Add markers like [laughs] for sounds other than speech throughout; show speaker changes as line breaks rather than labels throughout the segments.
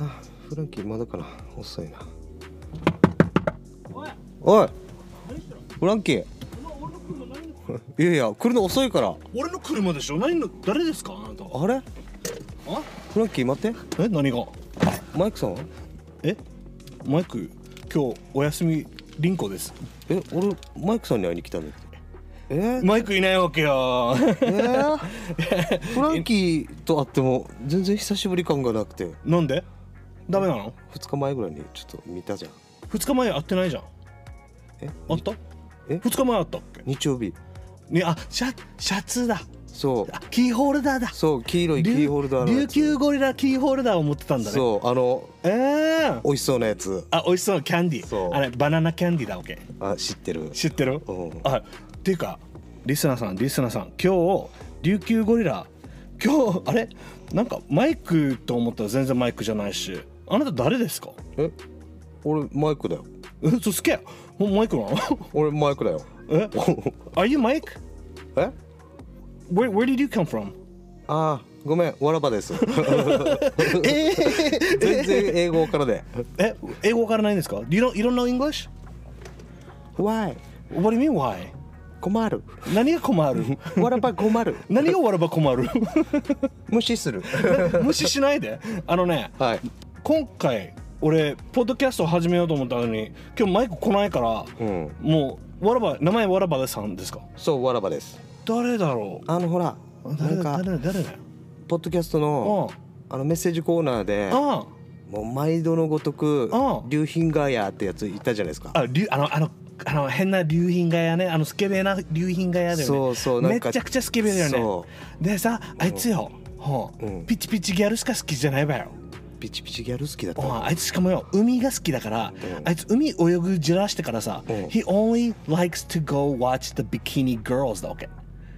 あフランキーまだかな遅いなおいフランキーいやいや来るの遅いから
俺の車でしょ何の誰ですかあなた
あれ
あ
フランキー待って
え何が
マイクさんは
えマイク今日お休みリンコです
え俺マイクさんに会いに来たんだけどえー
マイクいないわけよ
えーフランキーと会っても全然久しぶり感がなくて
[laughs] なんでダメなの
2日前ぐらいにちょっと見たじゃん
2日前会ってないじゃん
え
あった
え
2日前あったっけ
日曜日
ねあシャシャツだ
そう
あキーホルダーだ
そう黄色いキーホルダーの
琉
や
琉
つ
球ゴリラキーホルダーを持ってたんだねう
そうあの
えー、
美味しそうなやつ
あ美味しそうなキャンディー
そう
あれバナナキャンディーだわけ
あ知ってる
知ってる
うん
あっていうかリスナーさんリスナーさん今日琉球ゴリラ今日あれなんかマイクと思ったら全然マイクじゃないしあなた誰ですか
え俺マイクだよ
えそすけやもうマイクなの [laughs]
俺マイクだよ [laughs]
え Are you Mike?
え
Where, where did you come from?
あーごめんわらば [laughs] です
え
全然英語からで
え英語わからないんですか You don't, you don't know English?
Why?
What do you mean why?
困る
何が困る
[laughs] わらば困る
何が終われば困る [laughs]
無視する
無視しないであのね
はい
今回俺ポッドキャストを始めようと思ったのに今日マイク来ないから、
うん
もうわらば名前わらばさんですか
そうわらばです
誰だろう
あのほらな
誰
ん
だ
か
誰だ誰だよ
ポッドキャストのあのメッセージコーナーで
あ
もう毎度のごとく
うん
「流品ガヤ」ってやついたじゃないですか
あありゅあのあのあの変な流品がやねあのスケベな流品がやだよね
そうそうな
め
んか
ちゃくちゃスケベだよ
そ
ねでさあいつよ、ほう
うん
ピチピチギャルしか好きじゃないわよ
ピチピチギャル好きだった
お
の
あいつしかもよ海が好きだから、
うん
あいつ海泳ぐじらしてからさ、
うん
He only likes to go watch the bikini girls だわけ、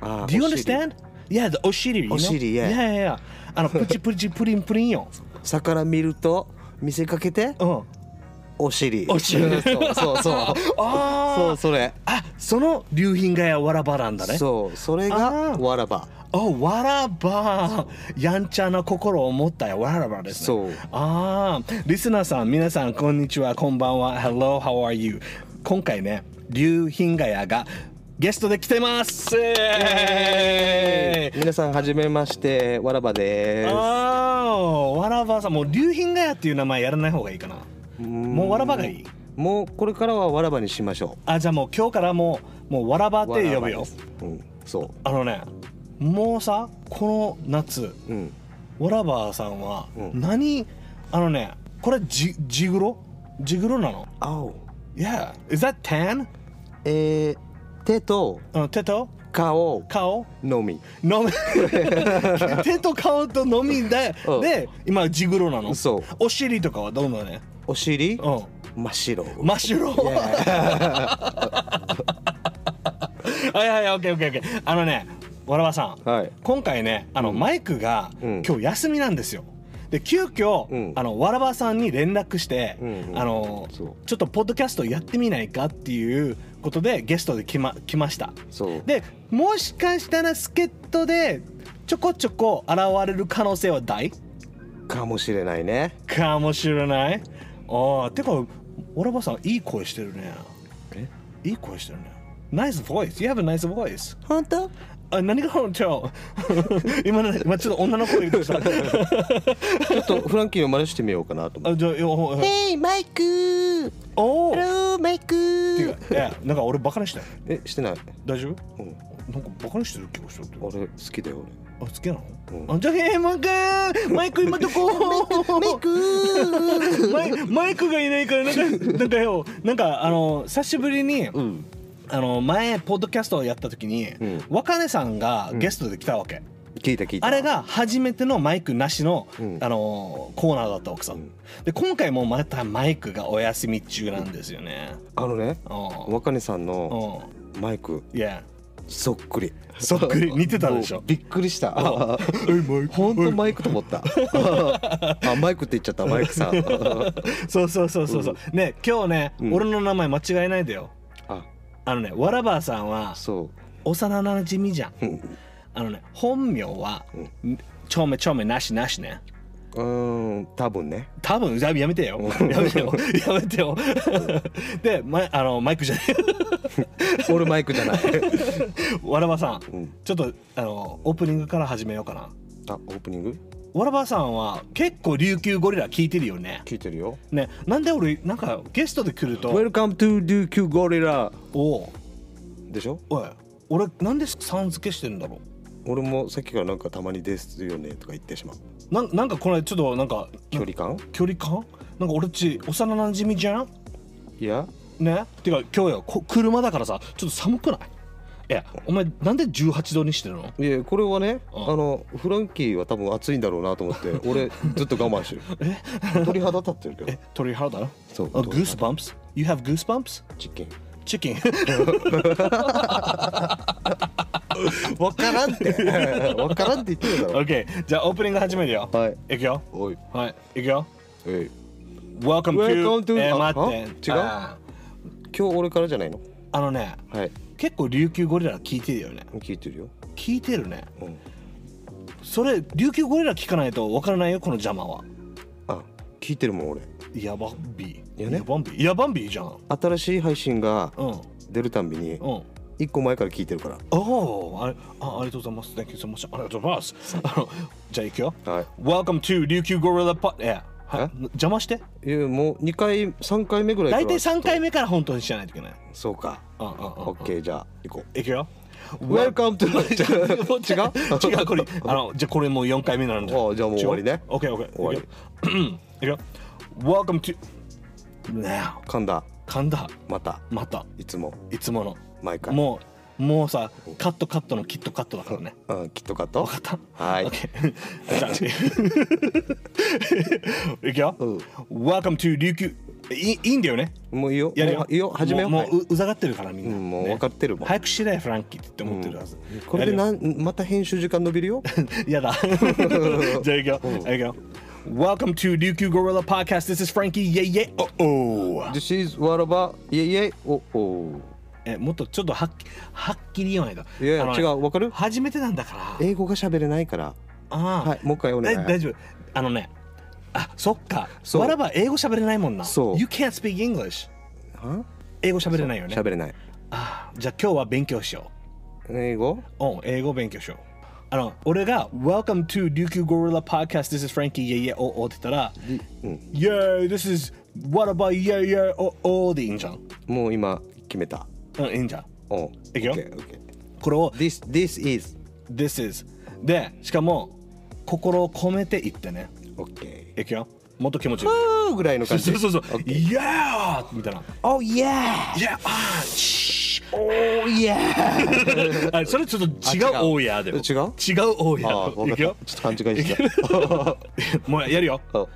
あー
Do you
お尻
understand? Yeah, the お尻 you know?
お尻
yeah.
yeah.
Yeah, yeah, あのプチプチプリンプリンよ。
魚見ると見せかけて
うん。
お尻
お尻 [laughs]
そうそうそう
あ
そうそれ
あ、その流品がやわらばなんだね。
そうそれ
あ
が
ー
わらば
おわらばやんちゃな心を持ったよわらばですね
そう
ああリスナーさん皆さんこんにちはこんばんは Hello how are you 今回ね龍品がやがゲストで来てます
皆さんはじめましてわらばです
ああわらばさんもう龍品がやっていう名前やらない方がいいかなもうわらばがいい
もうこれからはわらばにしましょ
あじゃあもう今日からもうもうわらばっ
う
て呼ぶ
わら
よ
ばですうんそ
あのねもうさこの夏
ううん
わらばさんは
うん
何、あのねこれジジグロジグロなの
青
Yeah Is that tan?
えー手と
あの手と
顔
顔
のみ
のみ
[laughs]
手と顔とのみで、
うん
で今ジグロなの
そう
お尻とかはどうなのね
お尻
うん
真っ白
真っ白 [laughs] はいはいはい OKOKOK あのねわらばさん、
はい
今回ねあの、マイクが、
うん
今日休みなんですよで急遽、
うん
あのわらばさんに連絡して、
うんうん
あの
そう
ちょっとポッドキャストやってみないかっていうことでゲストで来ま来ました
そう
でもしかしたら助っ人でちょこちょこ現れる可能性は大
かもしれないね
かもしれないああてかわらばさんいい声してるね
え
いい声してるね Nice voice You have a nice voice
本当
あ [laughs] 何が本当今の今ちょっと女の声言ってきた
ちょっとフランキーの真似してみようかなと思って
[laughs] あじゃあよほほ
Hey マイク
おおって
Hello マイ
いう
ク
かいやなんか俺バカにしたよ
えしてない
大丈
う
夫
ん
なんかバカにしてる気がしちゃって
俺好きだよ
あ好きなの、
うん
あじゃあえーマイクマイク今
[laughs]
どこマイ
ク
マイマイクがいないからなんかなんかよなんかあの久しぶりに、
うん
あの前ポッドキャストをやった時に、
ん
若根さんがゲストで来たわけ、
聞いた聞いた
あれが初めてのマイクなしの、
うん
あのーコーナーだった奥さん、
うん
で今回もまたマイクがお休み中なんですよね
あのね
うん
若根さんの
う
マイク
んいや
そっくり
そっくり似てたでし
[laughs]
ょ
もうびっくりした本当マイクと思った
[laughs]
あマイクって言っちゃったマイクさん
そうそうそうそうそう、ね今日ね、
うん
俺の名前間違えないでよ
あ
あのねわらばあさんは
そ
幼なじみじゃん
ううん
あのね本名は、ちょめちょめなしなしね
うーん多分ね
多分ややめてよやめてよやめてよ [laughs] で、ま、あのマイクじゃない
俺マイクじゃ
[laughs]
ない
わらばさん、
うん
ちょっとあのオープニングから始めようかな
あオープニング
わらばさんは結構琉球ゴリラ聞いてるよね
聞いてるよ
ねなんで俺なんかゲストで来ると
Welcome to 琉球ゴリラ
おう
でしょ
おい俺なんでさん付けしてんだろ
俺もさっきからなんかたまにですよねとか言ってしまう
うなんなんかこれちょっとなんか
距離感
距離感なんか俺っち幼なじみじゃん
いや
ねてか今日よこ車だからさちょっと寒くないいやお前なんで18度にしてるの
いやこれはね、
うん
あのフランキーは多分暑いんだろうなと思
[laughs]
って俺ずっと我慢してる鳥肌立ってるけど
え鳥肌だろ
そう
Oh, goosebumps? You have goosebumps?
チキン
Chicken
わからんってわからんって言ってるだろ
OK じゃあオープニング始めるよ
はい
いくよ
おい
はいいくよ
えい
Welcome
Welcome
to
to-
えー
あ
待って
あ違う
あ
今日俺からじゃないの
ーあのね
はい
結構琉球ゴリラ聞いてるよね
聞いてるよ、
聞いてるね
うん、
それ琉球ゴリラ聞かないと分からないよこの邪魔は
あ聞いてるもん俺
やばんび
いやね
やばんびやばんびじゃん
新しい配信が
うんうん
出るたんびに
お
一個前から聞いてるか
おあれあありがとうございます Thank you so much ありがとうございます [laughs] あのじゃあ行くよ
らは
Welcome to 琉球ゴリラパえは
え
邪魔して
いいやもう2回3回目ぐらいから
大体3回目から本当に知らないといけない
そうか
うんうんうんうん
オッケーじゃあ行こう
いくよ
Welcome to [laughs]
[laughs] 違う違うこれあのじゃあこれもう4回目なんで
あじゃあもう終わりね
OKOK
終わり
いくよ [clears throat] Welcome to ねえ
噛んだ
噛んだ
また
また
いつも
いつもの
毎回
もうもうさカットカットのキットカットだからね
うん、きっとかと。
分かった
はい
OK じゃあ次 [laughs] いくよ、
うん
Welcome to 琉球いいいいんだよね
もういいよ。
やる
も
よ
ういいよ。始めよう。
もう
はい
もうううざがってるからみんな、
うんもう
ね
分かってるもん
早くしれフランキーって思ってるはず、
これでなん、また編集時間伸びる
[laughs]
よ。
やだじゃあいくよ、いくよ Welcome to 琉球ゴリラ Podcast This is Frankie Yeah Yeah Oh Oh
This is what about いえいえ、おお。
えもっとちょっとはっきはっきり言わないと
いやいや
あのね
違うわかる
初めてなんだから
英語が喋れないから。
ああ
はい、もう一回お願
だ
い。
大丈夫あのねあそっか
そう
わらば英語喋れないもんな
そう
You can't speak English
は
英語喋れないよね
喋れない。
ああじゃあ今日は勉強しよ
英語
ううん英語勉強しようあの俺が「Welcome to 琉球ゴリラ Podcast This is Frankie Yeah Yeah Oh Oh」って言ったら「Yeah this is what about Yeah Yeah Oh Oh」でいいんじゃん
もう今決めた。
うんいいんじゃん
おん。
いくよ
OK OK
これを
This, this is
「This is」でしかも心を込めて言ってね
OK。
いくよもっと気持ちいい
ふーぐらいの感じ。
そうそうそう「
OK
Yeah!」みたいな
Oh yeah!
Yeah! あー
Oh yeah!
あそれちょっと違う
あ違う
オーヤーでも
違う
違うオーヤ
ああ、
ー
分
い
かっ
[laughs] くよ
た。ちょっと勘違いした。
もうやるよ
あ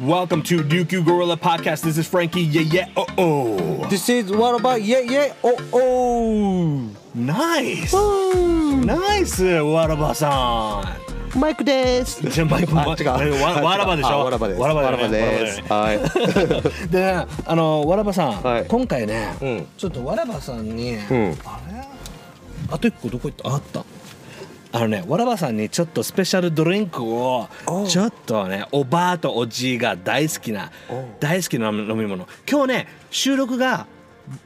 Welcome to 琉球ゴリラ Podcast This is Frankie Yeah Yeah Oh Oh
This is what about yeah yeah, oh oh!
Nice
う
Nice わらばさん
ーマイクです。
じゃあマイク
あ
わ
違う Ah,
わわらばでし
あ
ょ
わらばです。
わらばだよね
です。は
[laughs] でねあのわらばさん、
はい
今回ね、
うん
ちょっとわらばさんに、
ん
あれあと一個どこ行ったああったあのねわらばさんにちょっとスペシャルドリンクを
おう
ちょっとねおばあとおじいが大好きな
おう
大好きな飲み物今日ね収録が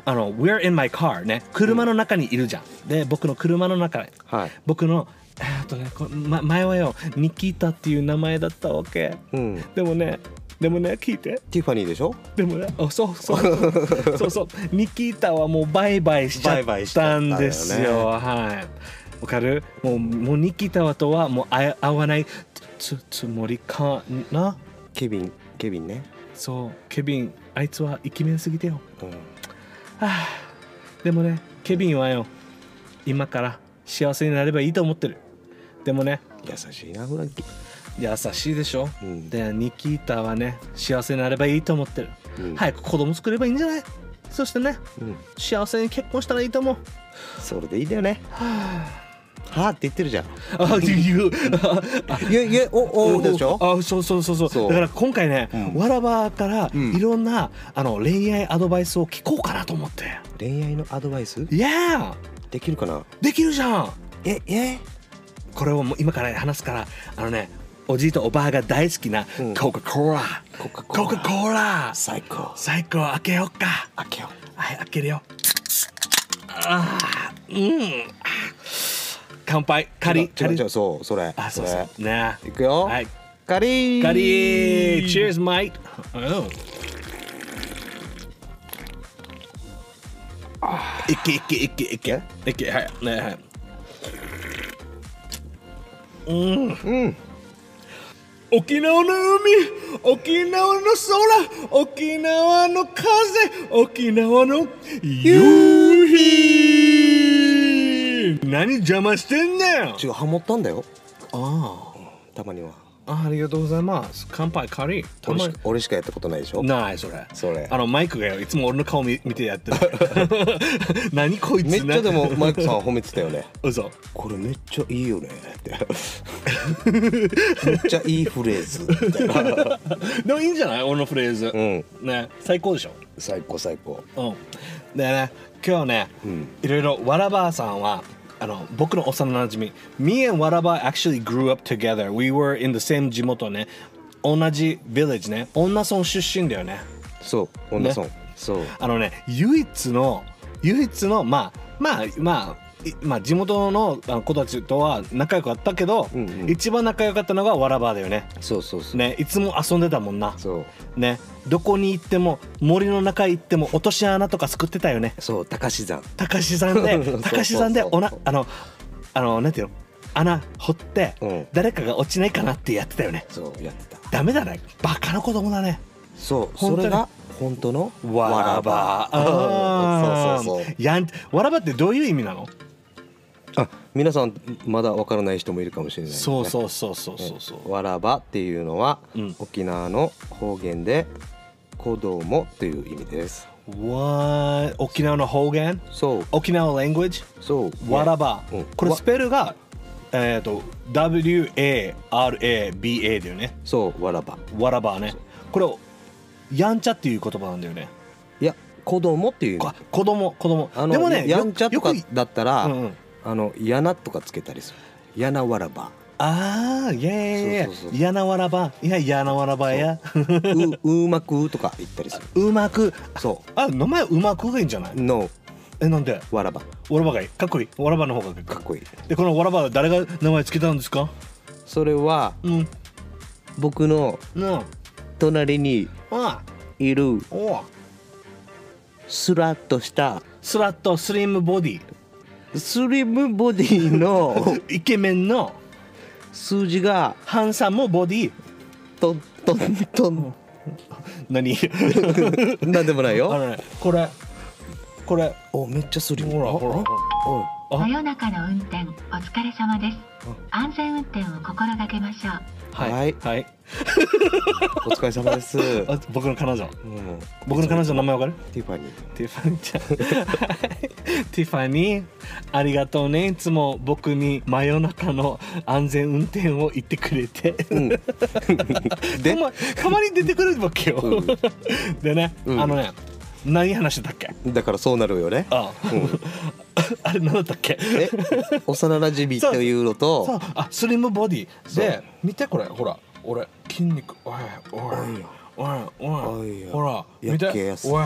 あの「We're in my car」ね車の中にいるじゃん、で僕の車の中で、
はい
僕のえーっとねこ、ま、前はよニキータっていう名前だったわけ、
い。うん。
でもねでもね聞いて
ティファニーでしょ？
でもね、あそうそうそうそうニキータはもうバイバイしちゃ
バイバイ
っ
しちゃ
た
ったんだよ
ん
ね
ですよはいわかるもうもうニキータはとはもう会え会わないつつつもりかな
ケビンケビンね。
そうケビンあいつはイケメンすぎてよ
うん。
はあでもねケビンはよ今から幸せになればいいと思ってるでもね
優しいなフランキー。
優しいでしょ、
うん
でニキータはね幸せになればいいと思ってる、
うん
早く子供作ればいいんじゃないそしてね
うん。
[laughs] 幸せに結婚したらいいと思う
それでいいだよね。はあって言ってるじゃん。
あっていう [laughs] あ
いえいえ、お、お、でしょ
あそうそうそうそう
そう
だから今回ね、
うん
わらばから
ん
いろんな、あの恋愛アドバイスを聞こうかなと思って
恋愛のアドバイス
いや
できるかな
ーできるじゃん
え、え
これをもう今から話すからあのねおじいとおばあが大好きな
うん
コカ・コーラ、
コカコー
コ
ラ
カ・コーラ
最高。
最高開けよっか
開けよ
はい開けるよああうんあ乾杯カリ
違
カ
う
リ
違う、そう、それ。
あそう
れ
そうね
いくよ。
はい。
カリー
カリー Cheers mate うんいけいけいけいけいけはいねはい
うん。
沖縄の海沖縄の空沖縄の風沖縄の夕日何邪魔してんだよ
違う、ハモったんだよ。
あ
たまには。
あありがとうございます乾杯カリーた
俺
ま
し
に
か俺しかやったことないでしょ
ないそれ
それ
あのマイクがよいつも俺の顔見見て
[laughs]
やってる何こいつ
めっちゃでもマイクさん褒めてたよね
嘘
[laughs] これめっちゃいいよねって
[laughs]
めっちゃいいフレーズみたいな
でもいいんじゃない俺のフレーズ、
うん
ね最高でしょ
最高最高
うんでね今日ね、
ん
いろいろわらばさんはあの僕の幼なじみ Me and わらば actually grew up together We were in the same 地元ね同じ village ね女村出身だよね
そう女村、
ね
そう
あのね唯一の唯一のまあまあまあいまあ地元のあの子たちとは仲良かったけど、
うんうん
一番仲良かったのがわらばだよね
そうそうそう、
ねいつも遊んでたもんな
そう
ねどこに行っても森の中行っても落とし穴とかすくってたよね
そう高志山
高志さんで
[laughs] そうそうそう
高志さんでおなあのあのなんていうの穴掘って、
うん
誰かが落ちないかなってやってたよね
そうやってた
ダメだねバカな子供だね
そう
本当
そ
に
れが本当の
わらば
あ
あー
そうそうそう
やんわらばってどういう意味なの
あ皆さんまだわからない人もいるかもしれない、ね、
そうそうそうそうそうそう
わらばっていうのは、
うん
沖縄の方言で子供という意味です。
What? 沖縄の方言
そう、
沖縄 language?
そう。
わらば。
うん
これ
わ
スペルが、えっと WARABA だよね。
そう、わらば。
わらばね。これをやんちゃっていう言葉なんだよね。
いや、子供っていう意味
こ子供子供
あの
でもね、
や
よ
んちゃとか
よく
だったら、
うんうん
あの、やなとかつけたりする。やなわらば。
ああ、いやいやいや
そうそう、そう
嫌なわらば、いや、嫌なわらばや。
う、うまくとか言ったりする。
[laughs] うまく、
そ、
あ、名前うまくがいいんじゃないう
の、
え、なんで
わらば。
わらばがいい。かっこいい。わらばの方がかっこいい
かっこいい。
でこのわらばは誰が名前つけたんですか
それは、
うん
僕の
うんあ
隣に
あ
いる
おう
スラッとした。
スラッとスリムボディ
スリムボディ
[laughs]
の
イケメンの
数字が
ハンサムボディ
トントントン
何
なんでもない
あ
よ
のねこれこれ
おめっちゃスリム
ほらほらほら
お
あ
真夜中の運転お疲れ様です安全運転を心がけましょう
はい
はい
お疲れ様
[laughs]
です
あ僕の彼女
うん
僕の彼女の名前わかる
ティファニー
ティファニーちゃんティファニーありがとうねいつも僕に真夜中の安全運転を言ってくれて
で
[laughs] たまたまに出てくるわけよ、
うん
でね、
うん
あのね何話してたっけ
だからそうなるよね
ああ [laughs] あれ何だったっけ
え幼馴染っていうの
そう
と
あスリムボディ
そ
で
う
見てこれほら俺筋肉おいおいおいお
お
い
いよ
ほら
や
見
っけ
て
や
おい
す
おいおい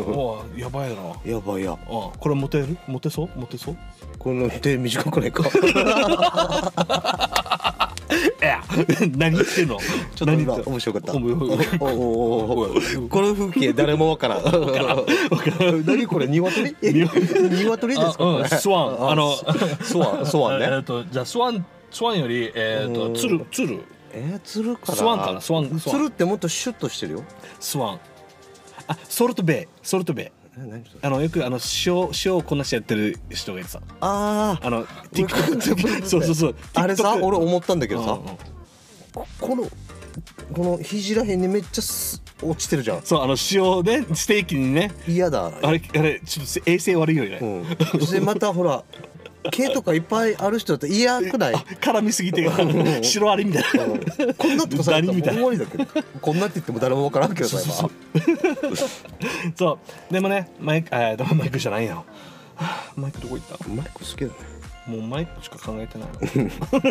もうやばいだろ
やばいや
あこれモテるモテそうモテそう
この手短くない [laughs] か
えや [laughs] 何言ってんの
ちょっと
何
今
言ってんの
面白かった
おもろい
おおおおこの風景誰もわからん [laughs] 何これ鶏 [laughs] 鶏ですか
あ
こ
う
れ
んスワンあの
スワンスワン
えーっ
ね
と [laughs] じゃあスワンスワンよりえーっ
う
と
ん
ツルツル
えー、鶴かな
スワンかなスワンスワン
鶴ってもっとシュッとしてるよ
スワンあソルトベイソルトベイ
え何それ
あのよくあの塩塩をこんなしてやってる人がいてさ
あ
あ
ー
の
[laughs]
TikTok そうそうそう
あれさ
TikTok
俺思ったんだけど
う
さ
んうん
ここのこの肘らへんにめっちゃす落ちてるじゃん
そうあの塩ねステーキにね
嫌だ
あれあれちょっと衛生悪いよね、
うん、そしてまたほら毛とかいっぱいある人だって嫌くない
絡みすぎてシロアリみたいな
こんなとかされた
何み
ら
たいな
もう終わりだけどこんなって言っても誰もわからんけどさ
そう [laughs] そうでもねマイクえーとマイクじゃないや [sighs] マイクどこ行った
今マイク好きだね
もうマイクしか考えてな い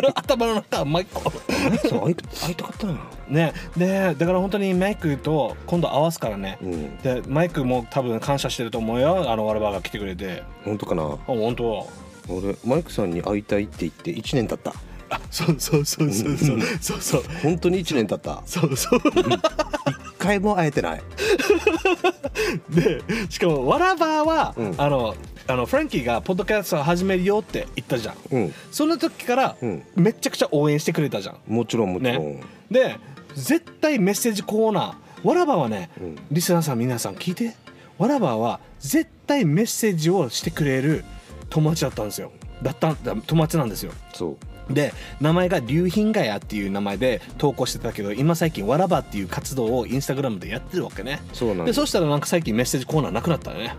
[laughs]
な頭の中はマイク
そう会い会いたかったな
ねでだから本当にマイクと今度合わすからね、
うん
でマイクも多分感謝してると思うよあのワルバーが来てくれて
本当かな
あ本当
俺マイクさんに会いたいって言って1年経った
あそうそうそうそうそうそうそう
本当に1年経 [laughs] った
そうそう
1回も会えてない
でしかもワラバーは、
うん
あのあのフランキーがポッドキャストを始めるよって言ったじゃん
うん
その時から、
うん
めちゃくちゃ応援してくれたじゃん
もちろんもちろん、
ねで絶対メッセージコーナーわらばはね、
うん
リスナーさん皆さん聞いてわらばは絶対メッセージをしてくれる友達だったんですよだっただ友達なんですよ
そう
で名前が竜品ガヤっていう名前で投稿してたけど今最近わらばっていう活動をインスタグラムでやってるわけね
そうなん
で
だ
そしたらなんか最近メッセージコーナーなくなったよね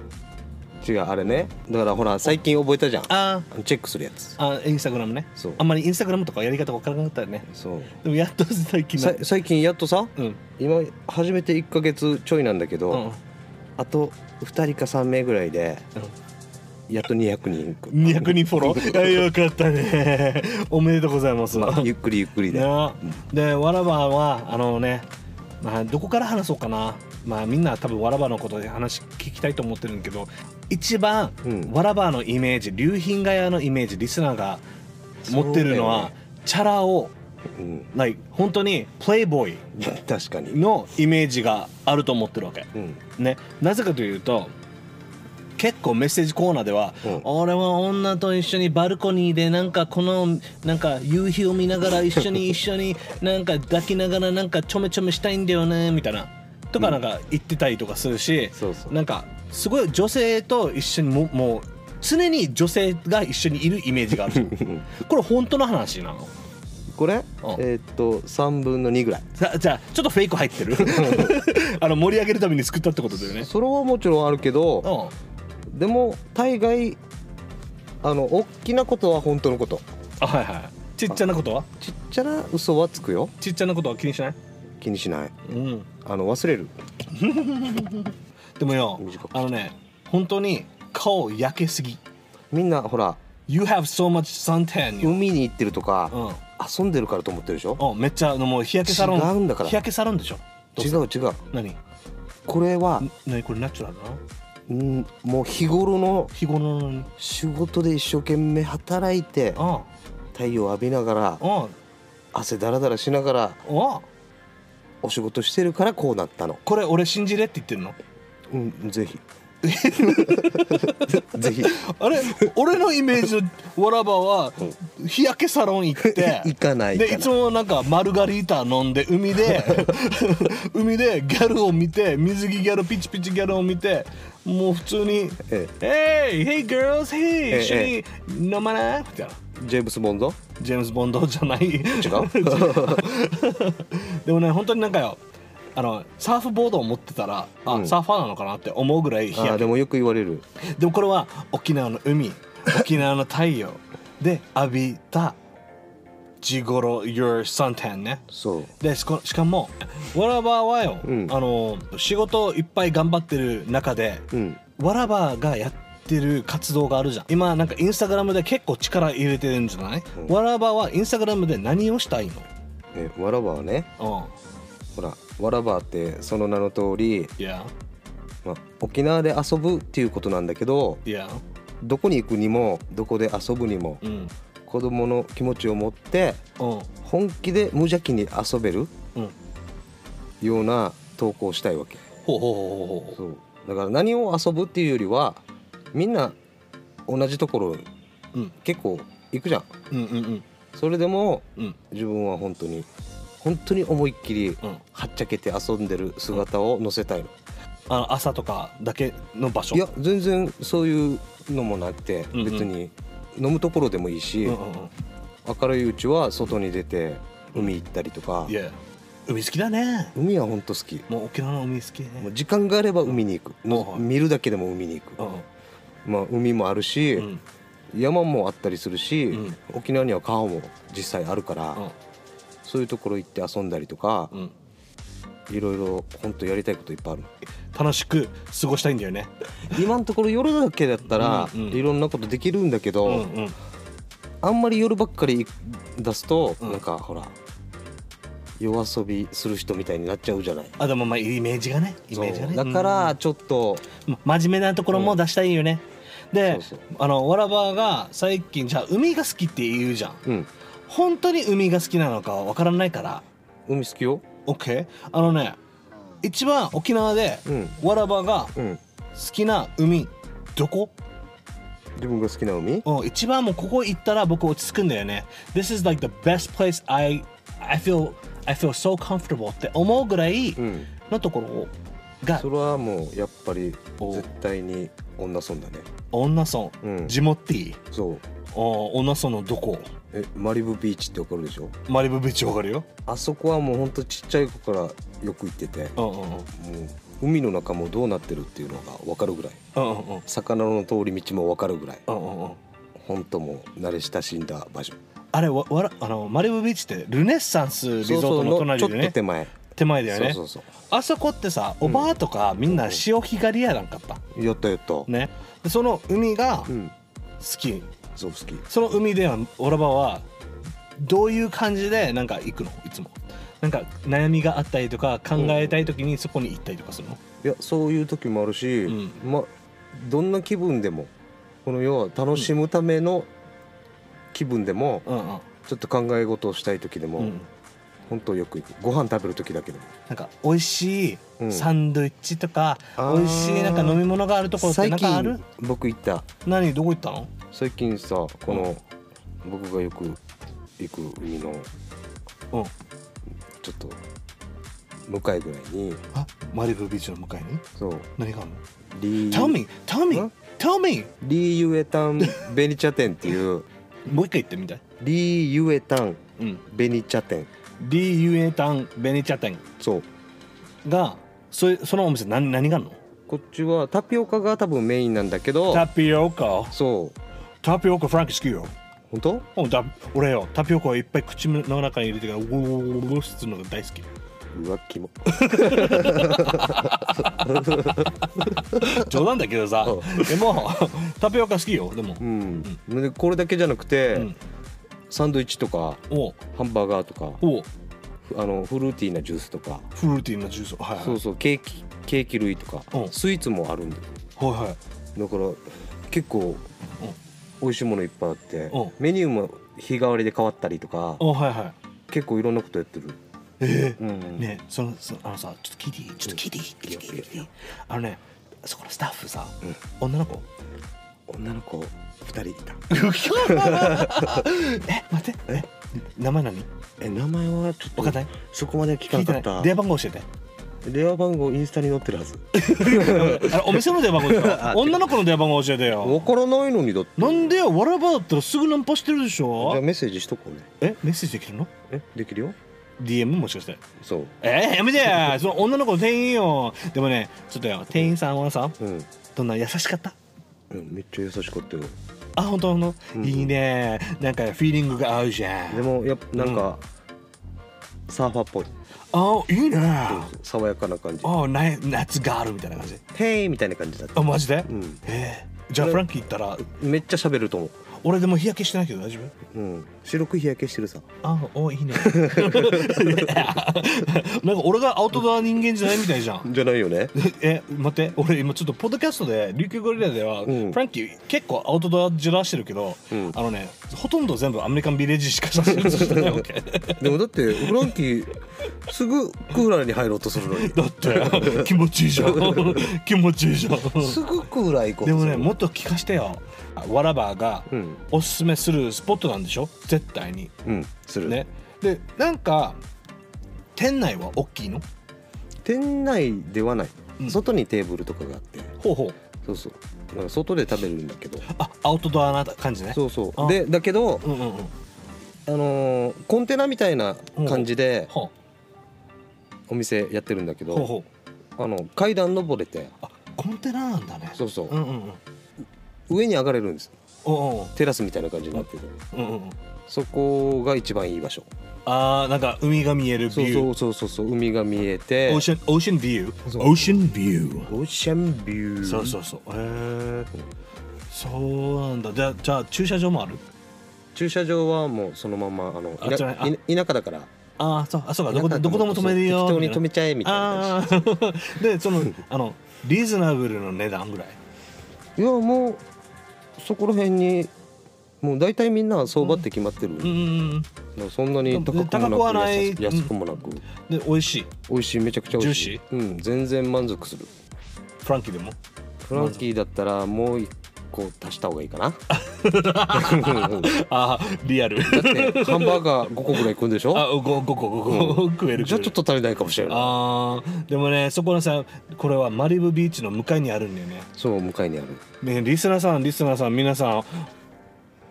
違うあれねだからほら最近覚えたじゃん
あ
チェックするやつ
あインスタグラムね
そう
あんまりインスタグラムとかやり方分からなかったよね
そう
でもやっと最近な
さ最近やっとさ
うん
今初めて1か月ちょいなんだけど、
うんうん
あと2人か3名ぐらいでやっと200人
200人フォロー [laughs] あよかったねおめでとうございます、
ゆっくりゆっくりで、
なでわらばはあのね、まあ、どこから話そうかなまあみんな多分わらばのことで話聞きたいと思ってるんだけど一番、
うん
わらばのイメージ流品ガヤのイメージリスナーが持ってるの
そうだ
は、
よね
チャラを
うん、
like 本当にプレイボーイ
確かに、
のイメージがあると思ってるわけ
うん、
ね、なぜかというと結構メッセージコーナーでは、
うん
俺は女と一緒にバルコニーでなんかこのなんか夕日を見ながら一緒
[laughs]
に一緒になんか抱きながらなんかちょめちょめしたいんだよねみたいなとかなんか言ってたりとかするし、
そうそう
なんかすごい女性と一緒にももう常に女性が一緒にいるイメージ
[laughs]
があるこれ本当の話なの
これ、
うん
えーっと3分の2ぐらい
さじゃあちょっとフェイク入ってる
[laughs]
[laughs] あの盛り上げるために作ったってことだよね。
それはもちろんあるけど
うん
でも大概あの大きなことは本当のこと
あはいはいちっちゃなことは
ちっちゃな嘘はつくよ
ちっちゃなことは気にしない
気にしない
うん
あの忘れる
でもよ
短く
あのね本当に顔焼けすぎ
みんなほら
You have so much suntan よ
海に行ってるとか、
うん
遊んでるからと思ってるでしょ
おめっちゃあのもう日焼けサロン
違うんだから
日焼けサロンでしょど
違
せ
う違う
何
これは
何これナチュラルな
うんもう日頃の
日頃なのに
仕事で一生懸命働いて
あ
太陽浴びながら
ああ
汗だらだらしながら
あああ
お仕事してるからこうなったの
これ俺信じれって言ってるの
うんぜひ [laughs] ぜひ
あれ俺のイメージのわらばは日焼けサロン行って
[laughs] 行かない行
で
かない
いつもなんかマルガリータ飲んで
[laughs]
海で海でギャルを見て水着ギャルピチピチギャルを見てもう普通に
え
「Hey! Hey girls! Hey!
え
一緒に飲まない?」みたいな
ジェームス・ボンド
ジェームズ・ボンドじゃない [laughs] 違
違
う
う
でもね本当になんかよあのサーフボードを持ってたらあ、
うん
サーファーなのかなって思うぐらい日
あ
焼
ー
け
でもよく言われる
でもこれは沖縄の海沖縄の太陽で浴びた地頃 your suntan ね
そう
でしこしかもわらばはよ、
うん
あの仕事をいっぱい頑張ってる中で、
うん
わらばがやってる活動があるじゃん今なんかインスタグラムで結構力入れてるんじゃない、
うん
わらばはインスタグラムで何をしたい
えわらばはね
の
ほらわらばってその名の通り、
うんいや
まあ、沖縄で遊ぶっていうことなんだけど
いや
どこに行くにもどこで遊ぶにも
うん
子供の気持ちを持って
うん
本気で無邪気に遊べる
うん
ような投稿をしたいわけ
ほうほうほうほうほう
そうだから何を遊ぶっていうよりはみんな同じところ
うん
結構行くじゃん
うんうんうん
それでも
うん
自分は本当に本当に思いっきり
うん
はっちゃけて遊んでる姿を載せたいの、
あの朝とかだけの場所
いや全然そういうのもなくて
うんうん
別に飲むところでもいいし、
うんうんうん
明るいうちは外に出て海行ったりとか、
いや海好きだね
海は本当好き
もう沖縄の海好きね
もう時間があれば海に行く、
うん
見るだけでも海に行く、
うん
まあ、海もあるし、
うん
山もあったりするし、
うん
沖縄には川も実際あるから、そういうところ行って遊んだりとか
う、ん、
いろいろ本当やりたいこといっぱいある
楽しく過ごしたいんだよね
今のところ夜だけだったら、
うんうん
いろんなことできるんだけど、
うんうん
あんまり夜ばっかり出すと、
うん
なんかほら夜遊びする人みたいになっちゃうじゃない。
あでもまあイメージがねイメージがね
そうだからちょっと、
うん真面目なところも出したいよね、で
そうそう
あのわらばが最近じゃあ海が好きって言うじゃん
うん、
本当に海が好きなのかわからないから
海好きよ。
OK あのね一番沖縄で
うん、
わらばが
うん、
好きな海どこ
自分が好きな海。
うん一番もうここ行ったら僕落ち着くんだよね This is like the best place I, I feel I feel so comfortable って思うぐらい
うん、
のところが
それはもうやっぱり
お
絶対に女村だね。
女村、
うん
ジモティ
そう、
お女村のどこ
え、マリブビーチってわかるでしょ。
マリブビーチわかるよ
あそこはもう本当ちっちゃい子からよく行ってて、
うんうんうん
もう海の中もどうなってるっていうのがわかるぐらい。
うんうんうん
魚の通り道もわかるぐらい。
うんうんうん
本当もう慣れ親しんだ場所。
あれわわらあのマリブビーチってルネッサンスリ
そ
ゾー
うそ
ト
う
の
のちょっ
隣で
と
ね
手前。
手前だよね
そうそうそ
あそこってさおばあとかみんな潮干狩りやらんかった、
う。やったやった。
ねでその海が
う
好
ん。
き、
そう好き。
その海ではオラバはどういう感じでなんか行くのいつもなんか悩みがあったりとか考えたい時にそこに行ったりとかするの、
いやそういう時もあるし、
う
まどんな気分でもこの要は楽しむための気分でも、
うん、うん
ちょっと考え事をしたい時でも、
うん
本当よく行く。ご飯食べる時だけでも。
なんか美味し
う
い
ん
サンドイッチとか、
あー
美味しいなんか飲み物があるところって
最
なんかある
近僕行った
何どこ行ったの
最近さこの、僕がよく行く海の
う
ち
ん
ょっと向かいぐらいに
あマリブビーチの向かいに
そう
何があるの
リー
Tell me Tell me
ん
Tell me
リーユエタンベニチャ店っていう [laughs]
もう一回言ってみたい
リーユエタン
うん
ベニチャ店
リーユエタンベネチャ店
そう
がそれそのお店何何があるの
こっちはタピオカが多分メインなんだけど
タピオカ
そう
タピオカフランク好きよ
本当
うんだ俺よタピオカをいっぱい口の中に入れてからウォーウォーウォーウォーするのが大好き
うわキモ
冗談だけどさでもタピオカ好きよでも
うん、でこれだけじゃなくて、
うん
サンドイッチとか
おう
ハンバーガーとか
おう
あのフルーティーなジュースとか
フルーティーなジュースはいはい
そうそうケーキケーキ類とか
うん
スイーツもあるんだよ
はいはい
だから結構美味しいものいっぱいあって
うん
メニューも日替わりで変わったりとか
おはいはい
結構いろんなことやってる、
ええ
うん
ねえそのそのあのさちょっと聞いていいちょっと聞いていい
いいよ
聞いていい聞い
い
て
い
いい
よ
あのねそこのスタッフさ、女の子
女の子2人いた
え待ってえ名前何
え名前はちょっと
わかんない
そこまで聞か
聞い
な
て
か
な
っ
い
た
電話番号教えて
電話番号インスタに載ってるはず
あれお店の電話番号だよ
あ違う
女の子の電話番号教えてよ
わからないのにだってじ
なんでよわらばだったらすぐナンパしてるでし
ゃあ
ょ
メッセージしとこうね
えメッセージできるの
えできるよ
?DM もしかして
そう
えー、やめてよその女の子の店員よでもねちょっとよ店員さんはさ
うん、
どんな優しかった
うん、めっちゃ優しかったよ
あ本当の、
うん
いいねなんかフィーリングが合うじゃん
でもやっぱなんか、サーファーっぽい
あいいね
爽やかな感じ
あな夏があるみたいな感じ
「へい」みたいな感じだった
あマジで、
うん
えーじゃ
こ
あ
れ
フランキー行ったら
めっちゃ喋ると思
俺でも日焼けしてないけど大丈夫
う、うん、白く日焼けしてるさ
あお
[laughs]
いいねなんか俺がアウトドア人間じゃないみたいじゃん
じゃないよね
え待って俺今ちょっとポッドキャストで琉球ゴリラでは、
うん
フランキー結構アウトドアじらしてるけど、
うん
あのねほとんど全部アメリカンビレッジしか写真写してないわけ [laughs]
でもだってフランキーすぐクーラーに入ろうとするのに
[laughs] だって気持ちいいじ
[laughs]
ゃん気持ちいいじゃん
すぐクーラー行こう
でもねも
っ
っと聞かしてよあわらばが
うん
おすすめするスポットなんでしょ絶対に
うんする
ねでなんか店内は大きいの
店内ではない、
うん
外にテーブルとかがあって
ほうほう
そうそうだから外で食べるんだけど
あアウトドアな感じね
そうそ
あ
うでだけど、
うんうんうん
あのーコンテナみたいな感じで
ほ
お店やってるんだけ
うほう
ど
ほう
あの階段登れて
あコンテナなんだね
そうそう
うんうんうん
上に上がれるんです
おう
テラスみたいな感じになってる
おううんうん
そこが一番いい場所
あーなんか海が見えるビュ
そ
ー
うそうそうそうそう海が見えて
オーシャンオーシャンビュー
そう
オーシャンビュー
オーシャンビュー
そうそうそうへえそうなんだじゃあじゃあ駐車場もある
駐車場はもうそのままあの
あ
田
じゃないあ
い田舎だから
ああそうあそうか
田
ど
舎だから
こでどこでも止めるよ
そう
み
適当
たい
に
な
止めちゃえみたいな
ああ [laughs]
[laughs]
でそのあのリーズナブルの値段ぐらい
いやもうそこら辺にもう大体みんな相場って決まってる、
うんうんうん
そんなに高くもなく
高くはない
安く安くもなく、
で美味しい
美味しいめちゃくちゃ美味しい
ジ
うん全然満足する
フランキーでも
フランキーだったらもう一個足した方がいい
[laughs]
かな [laughs]
ああリアル
だって [laughs] ハンバーガー5個ぐらいいくんでしょ
[laughs] あ5個5個5個
[laughs]
食える
じゃあちょっと足りないかもしれない
あーでもねそこのさこれはマリブビーチの向かいにあるんだよね
そう向かいにある
ねリスナーさんリスナーさん皆さん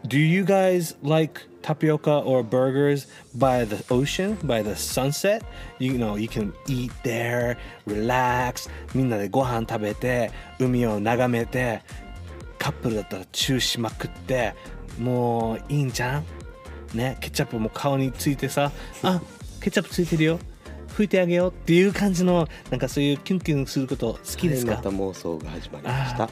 Do you guys like tapioca or burgers by the ocean, by the sunset? You know, you can eat there, relax, みんなでご飯食べて、海を眺めて、カップルだったらチューしまくって、もういいんじゃんね、ケチャップも顔についてさ、あケチャップついてるよ、拭いてあげようっていう感じの、なんかそういうキュンキュンすること好きです
はいま
か
た妄想が始まりまし
あ
た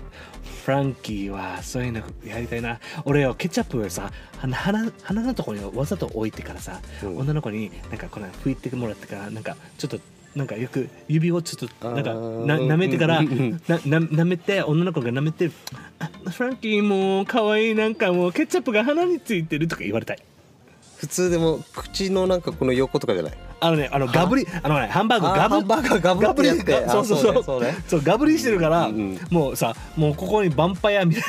フランキーはそういうのやりたいな俺よケチャップをさ鼻鼻鼻のところにわざと置いてからさ、
うん
女の子になんかこの拭いてもらってからなんかちょっとなんかよく指をちょっとなんか
あ
な
ー
舐めてから
う
なん
うんうん
な舐めて女の子が舐めてあフランキーもう可愛いなんかもうケチャップが鼻についてるとか言われたい
普通でも口のなんかこの横とかじゃない
あのねあのガブリあのねハンバーグ
あ
ガブ
ハンバーガーガブってやって
ガブリ
あ
そうそうそう
そ
そうう,、
ねそうね
ガブリしてるから、
うんうん
もうさもうここにバンパイアみた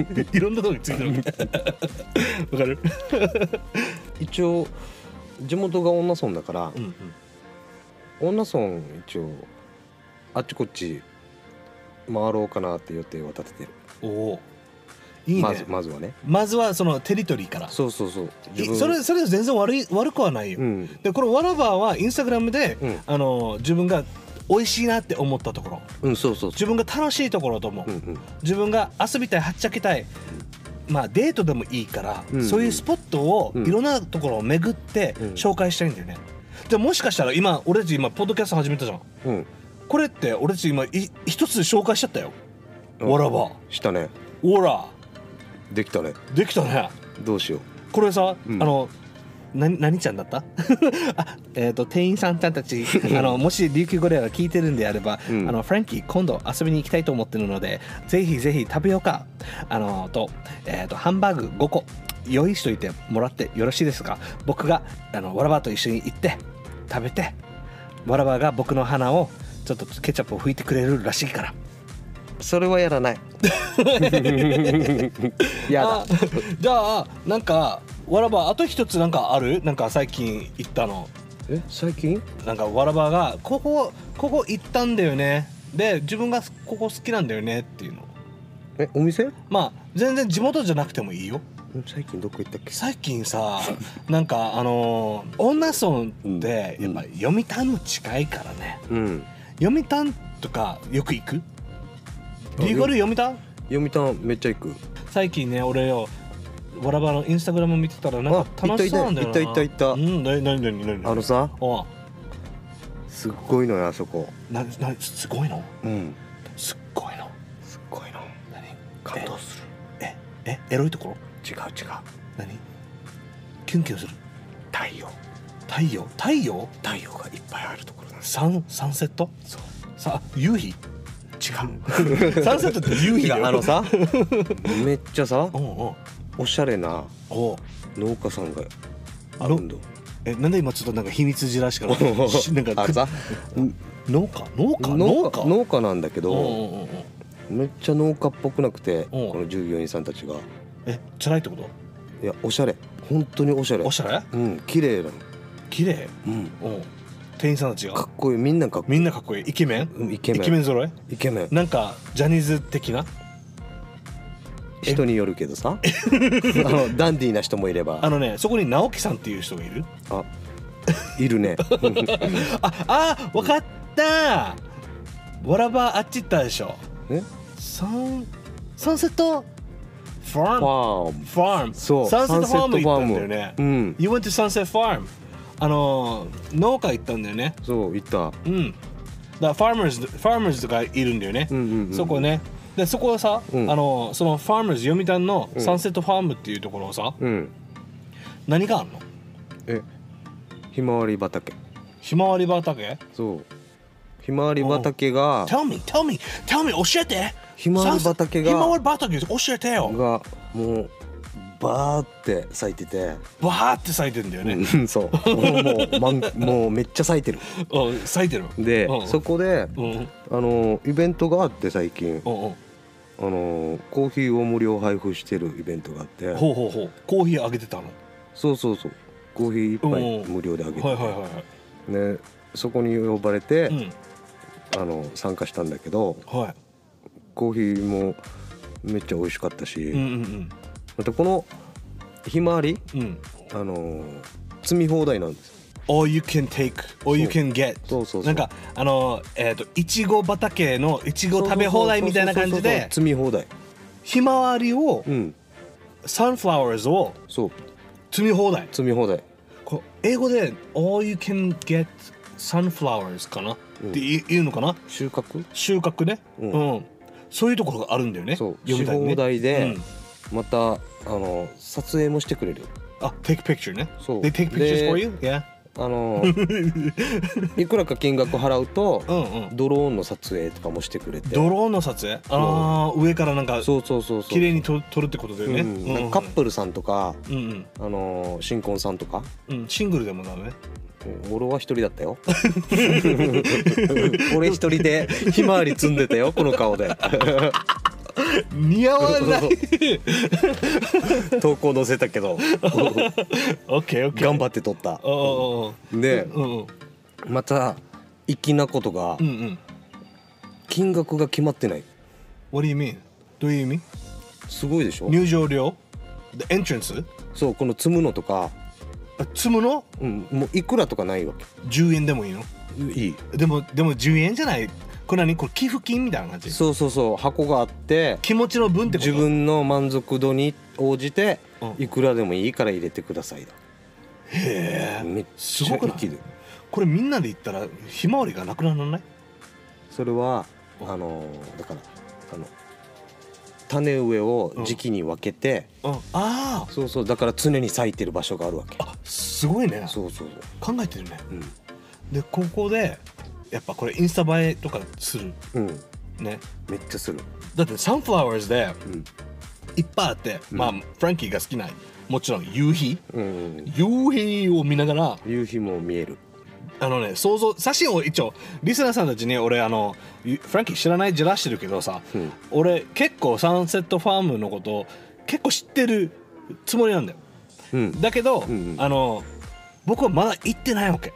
いな [laughs] いろんなとこについてるみたいなわかる
一応地元が女村だから
うんうん
女村一応あっちこっち回ろうかなって予定は立ててる
おおいいね
まずまずはね
まずはそのテリトリーから
そうそうそう
いそれそれ全然悪い悪くはないよ、
うん
でこのワラバーはインスタグラムで、
うん
あの自分が美味しいなって思ったところ
うんそうそうそ
自分が楽しいところと思う、
ううん
自分が遊びたいはっちゃけたいまあデートでもいいから、
うん
そういうスポットを
うん
いろんなところを巡って
うん
紹介したいんだよね、でもしかしたら今俺たち今ポッドキャスト始めたじゃん
うんうん
これって俺たち今い一つ紹介しちゃったよわらば
したね
ほら
できたね
できたね
どうしよ
これさ、
うん
あのな何ちゃんだった [laughs] あえっ、と店員さんたちあのもし琉球ゴリラが聞いてるんであれば、
うん
あのフランキー今度遊びに行きたいと思ってるのでぜひぜひタピオカあのと,、えー、とハンバーグ5個用意しといてもらってよろしいですか僕があのわらばと一緒に行って食べてわらばが僕の鼻をちょっとケチャップを拭いてくれるらしいから
うそれはやらない [laughs] やだ
あじゃあなんかわらばあと一つなんかあるなんか最近行ったの
え最近
なんかわらばが「ここここ行ったんだよね」で自分がここ好きなんだよねっていうの
えお店
まあ全然地元じゃなくてもいいよ
最近どこ行ったっけ
最近さなんかあのー女村って
うん
やっぱ読谷も近いからね
うん
読谷とかよく行く
あ
リーゴル読谷
読谷めっちゃ行く
最近ね俺よわらばのインスタグラム見てたらなんか
あ
楽しそうなんだよな
行った行った行った行った
うんなになになになに
あのさ
おう
すっごいのよあそこ
ななすごいの
うん
すっごいの
すっごいの
何
感動する
ええエロいところ
違う違う
何キュンキュンする
太陽
太陽太陽
太陽がいっぱいあるところなんです
サンサンセット
そう
さ夕日
違
[laughs] サンセットって夕
う
日
い
だよ
や [laughs] あのさめっちゃさ
うんうん
おしゃれな
おう
農家さんがあ
あ
る
の
んだ
えなんで今ちょっとなんか秘密じらしから
[laughs]
しなんか
あ
く
のさ
農家農家
農
農
家
家
農家なんだけ
うんう
ど
んうんうん
めっちゃ農家っぽくなくて
うん
この従業員さんたちが
え辛いってこと
いやおしゃれ本当におしゃれ
おしゃれ
うん綺麗なの
綺麗
うん
うん店員さんたち
か
が
っこいいみんなかっこい
みんなかっこいいイケメン
いうんイケメ
イケメ
ン
ン揃え
イケメン
なんかジャニーズ的な
人によるけど
[laughs]
さあのダンディーな人もいれ
あ
ば
のねそこに直樹さんっていう人がいる
あい
[laughs]
るね
ああわかったわらばあっち行ったでしょ
え
サンサンセットフファー
フ
ム
ァーム
ファーム
そう
サンセットファーム行ったんだよ
サンセッ
ね
トファームうん
You went to Sunset Farm あのー農家行ったんだよね
そう行った
うんだからファーマーズファーマーズとかいるんだよね、
うんうんうん
そこねでそこはさ、
うん
あのーそのファーマーズ読谷のサンセットファームっていうところをさ、
うん
何があんの
えひまわり畑
ひまわり畑
そうひまわり畑が
Tell me, tell me, tell me 教えて
ひまわり畑が
サンセひまわり畑教えてよ
がもうバーって咲いてて、
バーって咲いてんだよね、
うん、そうもうもう満もうめっちゃ咲いてる
うん、咲いてる
で、
うん
そこで
うんうん
あのイベントがあって最近
うんうん
あのコーヒーを無料配布してるイベントがあって
ほうほうほうコーヒーあげてたのは
そうそうそうコーヒー一
おうおう
杯無料であ
い
げ
はい
て
はいはい
ねそこに呼ばれて、
うん
あの参加したんだけど
は
コーヒーもめっちゃ美味しかったし、
いうんうん
またこのひまわり
うんうん
あの積み放題なんですよ
All you can take, all you can get
そうそうそう
なんかあのえっ、といちご畑のいちご食べ放題みたいな感じ
そうそうそうそう
で
積み放題
ひまわりを
うん
サンフラワーズを
そう
積み放題
積み放題
こう英語で All you can get sunflowers かな、
うん
ってい言うのかな
収穫
収穫ね、う
うんん
そういうところがあるんだよね
そう
読
し
谷ね
放題で
うん
またあの撮影もしてくれる
あ take picture ね
そう
They take pictures
で
for you? Yeah
あ
[laughs]
のいくらか金額払うと
うんうん
ドローンの撮影とかもしてくれて
ドローンの撮影ああ上からなんか
そうそうそうそう
綺麗にと撮るってことだよね、
うんなんかカップルさんとか
ルうん
あの新婚さんとか
うん、うん、シングルでもダメね
うん俺は一人だったよ
[laughs]
俺一人でひまわり積んでたよこの顔で
似合わない
投稿載せたけど
オッケーオッケー
頑張って撮った
おお
で
うんうん
また粋なことが
うんうん
金額が決まってない
What do you mean? どういう意味
すごいでしょ
入場料 The entrance?
そうこの積むのとか、
あ積むの
うん、もういくらとかないわ
10円でもいいの
けいい
でもでも10円じゃないこれ何これ寄付金みたいな感じ
そうそうそう箱があって
気持ちの分ってこと
自分の満足度に応じて
うん
いくらでもいいから入れてくださいだ
へえ
めっ
す
ち
ご
ゃ
くない
粋で
これみんなで行ったらひまわりがなくならない
それはあのーだからあの種植えを時期に分けて、
うんああ
そうそうだから常に咲いてる場所があるわけ
あすごいね
そうそうそう
考えてるね
うん
でここでやっぱこれインスタ映えとかする
うん
ね
めっちゃする
だってサンフラワーズで
うん
いっぱいあって、まあフランキーが好きなもちろん夕日
うんうん
夕日を見ながら
夕日も見える
あのね想像写真を一応リスナーさんたちに俺あのゆフランキー知らないじらしてるけどさ、
うん
俺結構サンセットファームのこと結構知ってるつもりなんだよ
うん
だけど、
んうん
あの僕はまだ行ってないわけ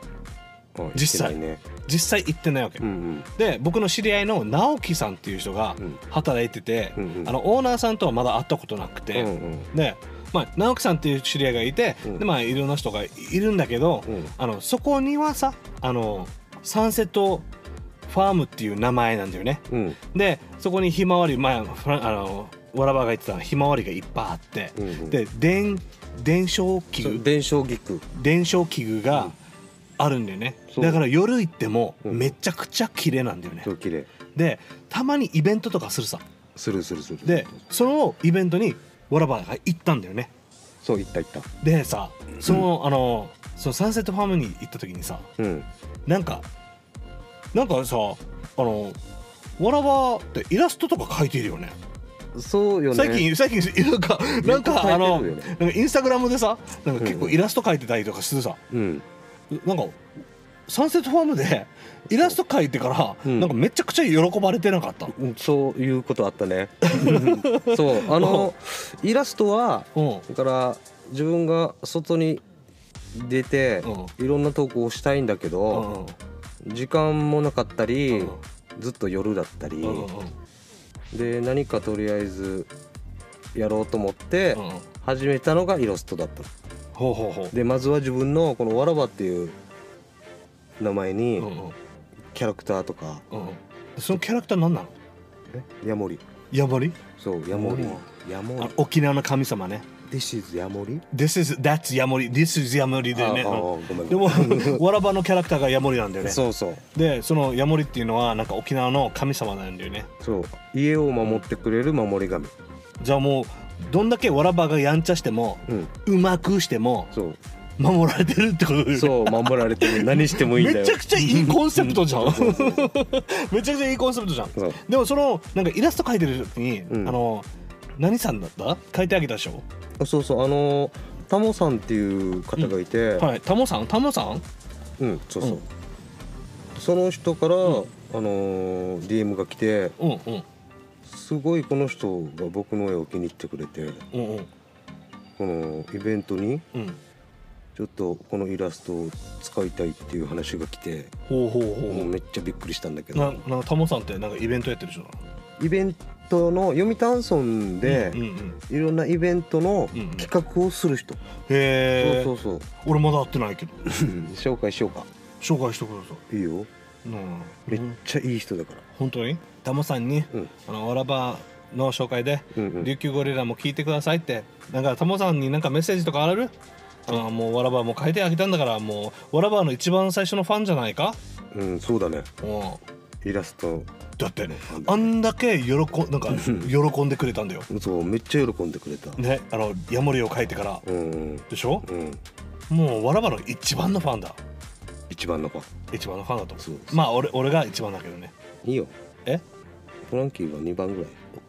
あ
実際
行ってないね
実際行ってないわけ、
うんうん
で僕の知り合いの直樹さんっていう人が
うん
働いてて、
うんうん
あのオーナーさんとはまだ会ったことなくて、
うんうん
で、まあ、直樹さんっていう知り合いがいて、
うん
でまあいろんな人がいるんだけど、
うん
あのそこにはさあのサンセットファームっていう名前なんだよね
うん
でそこにひまわり前フランあのわらばが言ってたひまわりがいっぱいあって、
うんうん
で伝伝承器
そう
具
伝承ギク
伝承器具があるんだよね、
そう
だから夜行っても
うん
めちゃくちゃ綺麗なんだよね、
そう綺麗
でたまにイベントとかするさ
するするする
でそのイベントにわらばが行ったんだよね
そう行った行っ
でさその,、あのそのサンセットファームに行った時にさ
たうん
なんかなんかさあのわらばってイラストとか描いているよね
そうよね
最近最近な
[laughs]
んかなん
よく
か
描
あの
いてるよね
なんかインスタグラムでさなんか結構イラスト描いてたりとかしてさ、
うん
なんかサンセットファームでイラスト描いてから、
うん
なんかめちゃくちゃ喜ばれてなかった、
うんそういうことあった
[laughs]
ねそうあのイラストは
うん、
だから自分が外に出ていろんな投稿をしたいんだけど、
うん
時間もなかったり、
うん
ずっと夜だったり、
うんうん
で何かとりあえずやろうと思って
うん
始めたのがイラストだったの
ほうほうほ
でまずは自分のこの「わらば」っていう名前
う、う
に
んうん
キャラクターとか
うん、そのキャラクター何なの
ヤモリ
ヤモリ
そうヤモリ
う
ヤモ
あ沖縄の神様ね
リ This is ヤモリ
This is that's ヤモリ This is ヤモリでね
あああごめん
でも
[laughs]
わらばのキャラクターがヤモリなんだよね
そうそう
でそのヤモリっていうのはなんか沖縄の神様なんだよね
そう家を守ってくれる守り神
じゃあもうどんだけわらばがやんちゃしても
うん
うまくしても
そう
守られてるってことです
そう守られてる何してもいいんだ
め
よ
ちゃくちゃいいコンセプトじゃ [laughs] ん
そうそうそう
めちゃくちゃいいコンセプトじゃん
そう
でもそのなんかイラスト描いてる時に、
うん
あの何さんだった描いてあげたでしょ、
あそうそうあのータモさんっていう方がいて、
はいタモさんタモさん
うんそうそう、
うん
その人から、
ん
あのー DM が来て
うんうん
すごいこの人が僕の絵を気に入ってくれて
うんうん
このイベントに
うん
ちょっとこのイラストを使いたいっていう話が来て
ほうほうほ
もう
う
めっちゃびっくりしたんだけ
な
ど
なんかタモさんってなんかイベントやってるでしょ
イベントの読谷村で
うんうん
いろんなイベントの
うんうん
企画をする人、
へえ
そうそう
俺まだ会ってないけど
そう [laughs] 紹介しようか
紹介してくださ
いいよ
いうん
めっちゃいい人だから、
本当にタモさんに、
うん
あのわらばの紹介で、
うんうん
琉球ゴリラも聞いてくださいってなんかタモさんになんかメッセージとかあるあのもうわらばもう書いてあげたんだからもうわらばの一番最初のファンじゃないか
うん、そうだね
うん
イラスト
だって
のファンだ
あんだけ喜んなんか喜んでくれたんだよ
そうめっちゃ喜んでくれた
ねあのヤモリを書いてから
うんうん
でしょ
うん
もうわらばの一番のファンだ
一番のか
一番のファンだと思う
そうです
まあ俺俺が一番だけどね
いいよ
え
フランキーは2番ぐらい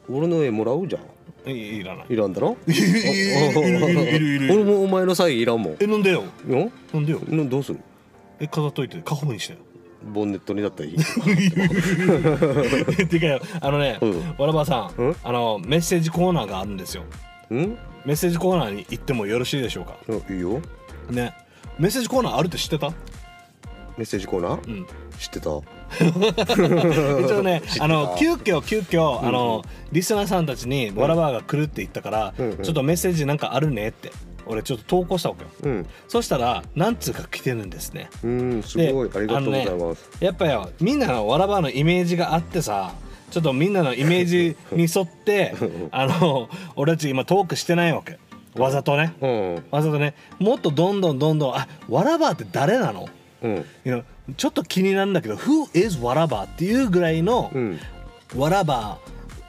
俺の絵もらうじゃん
いいいらない
いらんだろ
いるいるいるいるいる
俺もお前のサインいらんもん
えなんでよ
よ
なんでよ
のどうする
え飾っといて過保護にしてよ [laughs]
ボンネットにだったら [laughs] いい
てかよあのね
うん
わらばさ
うん
んあのメッセージコーナーがあるんですよ
うん
メッセージコーナーに行ってもよろしいでしょうか
あいいよ
ねメッセージコーナーあるって知ってた
メッセージコーナー、 [laughs]
うん
知ってた
一応ね
知ってた
あの急遽急遽あの、リスナーさんたちに「わらばが来る」って言ったから、
うんうん
ちょっとメッセージなんかあるねって俺ちょっと投稿したわけよ
うん
そしたら何通か来てるんですね
うんすごい
で
ありがとうござい
あの
ます、
やっぱよみんなのわらばのイメージがあってさちょっとみんなのイメージに沿ってあの俺たち今トークしてないわけわざとねわざとねもっとどんどんどんどんあわらばって誰なの
うんうん
いやちょっと気になるんだけど「Who is わらば」っていうぐらいの、
うん
わらば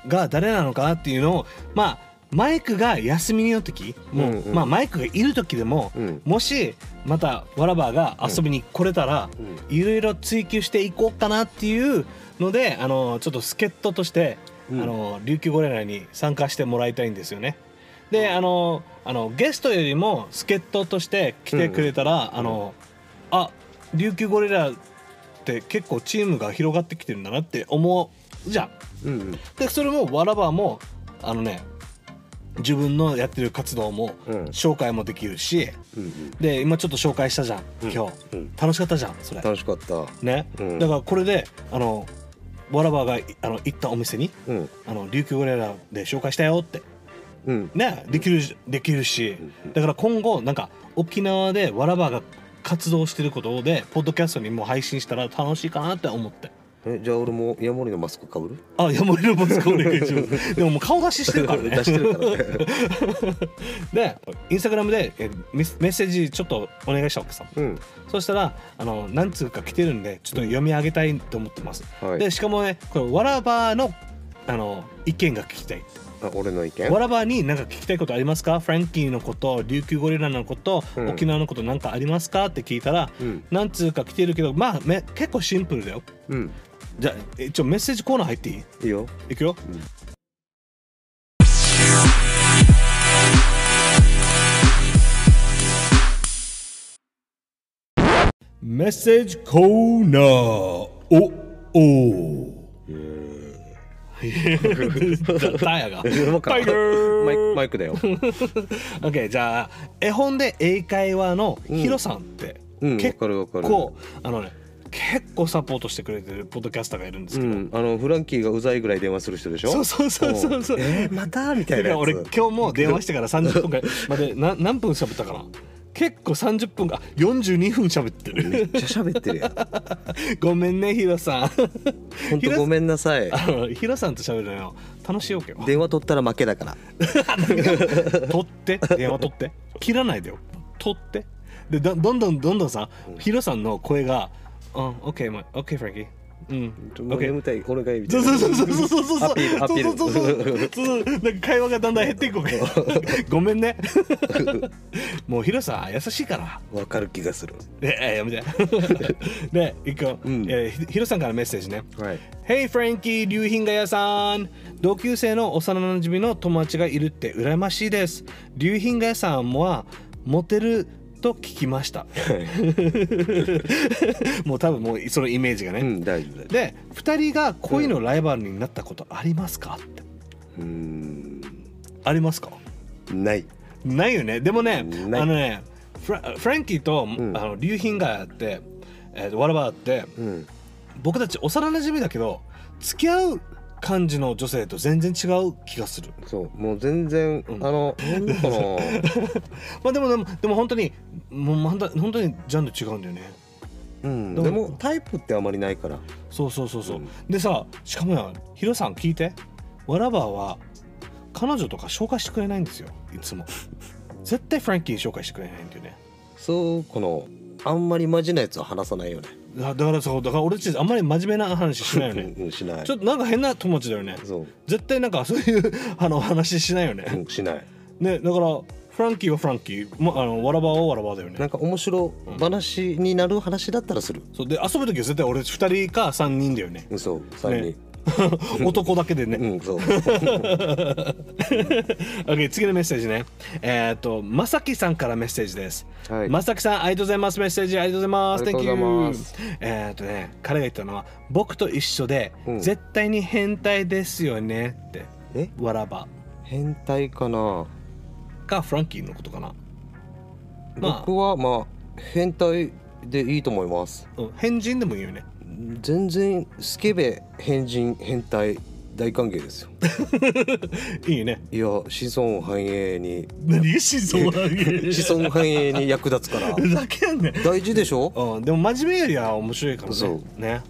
が誰なのかなっていうのをまあマイクが休みの時もう、
うんうん
まあ、マイクがいる時でも、
うん
もしまたわらばが遊びに来れたら、
う
いろいろ追求していこうかなっていうのであのちょっと助っ人として、
うん
あの琉球ゴレラに参加してもらいたいんですよね。であのあのゲストよりも助っ人として来てくれたら、あのあ琉球ゴレラって結構チームが広がってきてるんだなって思うじゃん。
うんうん
でそれもわらばもあのね自分のやってる活動も
うん
紹介もできるし、
うん
で今ちょっと紹介したじゃん
うん
今日、
うん
楽しかったじゃんそれ
楽しかった
ね、
うん
だからこれであのわらばがいあの行ったお店に
うん
あの琉球ゴレラで紹介したよって
うん
ねできるできるし
うん
だから今後なんか沖縄でわらばが活動してることでポッドキャストにも配信したら楽しいかなって思って
えじゃあ俺もヤモリのマスクかぶる
あヤモリのマスクお願い
[laughs]
しますでももう顔出ししてるからね
出してるからね
でインスタグラムでえメッメッセージちょっとお願いしたわけさ
うん
そしたらあの何通か来てるんでちょっと読み上げたいと思ってます、
はい
でしかもねこれわらばのあの意見が聞きたい
あ俺の意見
わらばに何か聞きたいことありますかフランキーのこと琉球ゴリラのこと、
うん
沖縄のこと何かありますかって聞いたら、
うん
何通か来てるけどまあめ結構シンプルだよ
うん
じゃあえ一応メッセージコーナー入っていい
いい
[laughs]
よ
いくよ、
うん
メッセージコーナーお [laughs] おダイ
[laughs]
ヤが
マ
タイガー
マイクマイクだ
[laughs]
よ
オッケーじゃあ絵本で英会話のヒロさんって、
うん
結構、
わかるわか
あのね結構サポートしてくれてるポッドキャスターがいるんです
う
けど、
んあのフランキーがうざいぐらい電話する人でしょ
そうそうそうそうそうん
えーまたみたいな
だか
や
ら
つ
俺今日もう電話してから30分間までな何分しゃべったかな結構30分かあ42分喋って
め
る
っちゃ喋ってるやん
ごめんねヒロさん
ほんとごめんなさ
[laughs]
い
あのヒロさんと喋るのよ楽しいよけど
電話取ったら負けだから
[laughs] 取って電話取って切らないでよ取ってでどどんどんどんどんさヒロさんの声が「うん OK ま OK フランキー」うん
もう眠たい俺がいいみたい
そ
うな
そうそうそうそうそうそうそう
アピールアピール
そうそうそう
[laughs]
そうなんか会話がだんだん減っていくわけごめんね [laughs] もうヒロさん優しいから
わかる気がする
ええやめて
[laughs]
で一個、
うん
えーひヒロさんからメッセージね
はい
Hey フランキー流品画屋さん同級生の幼なじみの友達がいるって羨ましいです流品画屋さんはモテると聞きました
[laughs]
もう多分もうそのイメージがね、
うん大丈夫だ
で2人が恋のライバルになったことありますかって
うーん
ありますか
ない
ないよねでもね
ない
あのねフラフランキーと、
ん
あの流品があって、えーと、わらばあって
うん
僕たち幼なじみだけど付き合う感じの女性と全然違う気がする
そうもう全然あ
うん
のなんだかな
まあでもでもでも本当にもうまだ本当にジャンル違うんだよね
うん
どう
でもタイプってあまりないから
そうそうそうそう、
うん
でさしかもよヒロさん聞いてわらばは彼女とか紹介してくれないんですよいつも絶対フランキーに紹介してくれないんだよね
そうこのあんまりマジなやつは話さないよね
だだからそうだから俺たちあんまり真面目な話しないよね
うんうんしない
ちょっとなんか変な友達だよね
そう
絶対なんかそういうあの話しないよ
う
ね
んしない
ねだからフランキーはフランキー、ま、あのわらばはわらばだよ
な
ね
んか面白話になる話だったらする
そうで遊ぶ時は絶対俺2人か3人だよね
うんそう3人、
ね男だけでね
うんそう
[laughs] OK 次のメッセージねえーっとまさきさんからメッセージです
はい
まさきさんありがとうございますメッセージありがとうございます
あ
Thank
り
you
がとうございます
えーっとね彼が言ったのは僕と一緒で、
うん
絶対に変態ですよねって
え
わらば
変態かな
かフランキーのことかな、まあ
僕はまあ変態でいいと思います
うん、変人でもいいよね
全然スケベ変人変態大歓迎ですよ
いいね
[laughs] いや子孫繁栄に
何が真相な
子孫繁栄に役立つから [laughs]
だけやんね
大事でしょ
うんでも真面目よりは面白いからね
そ
ね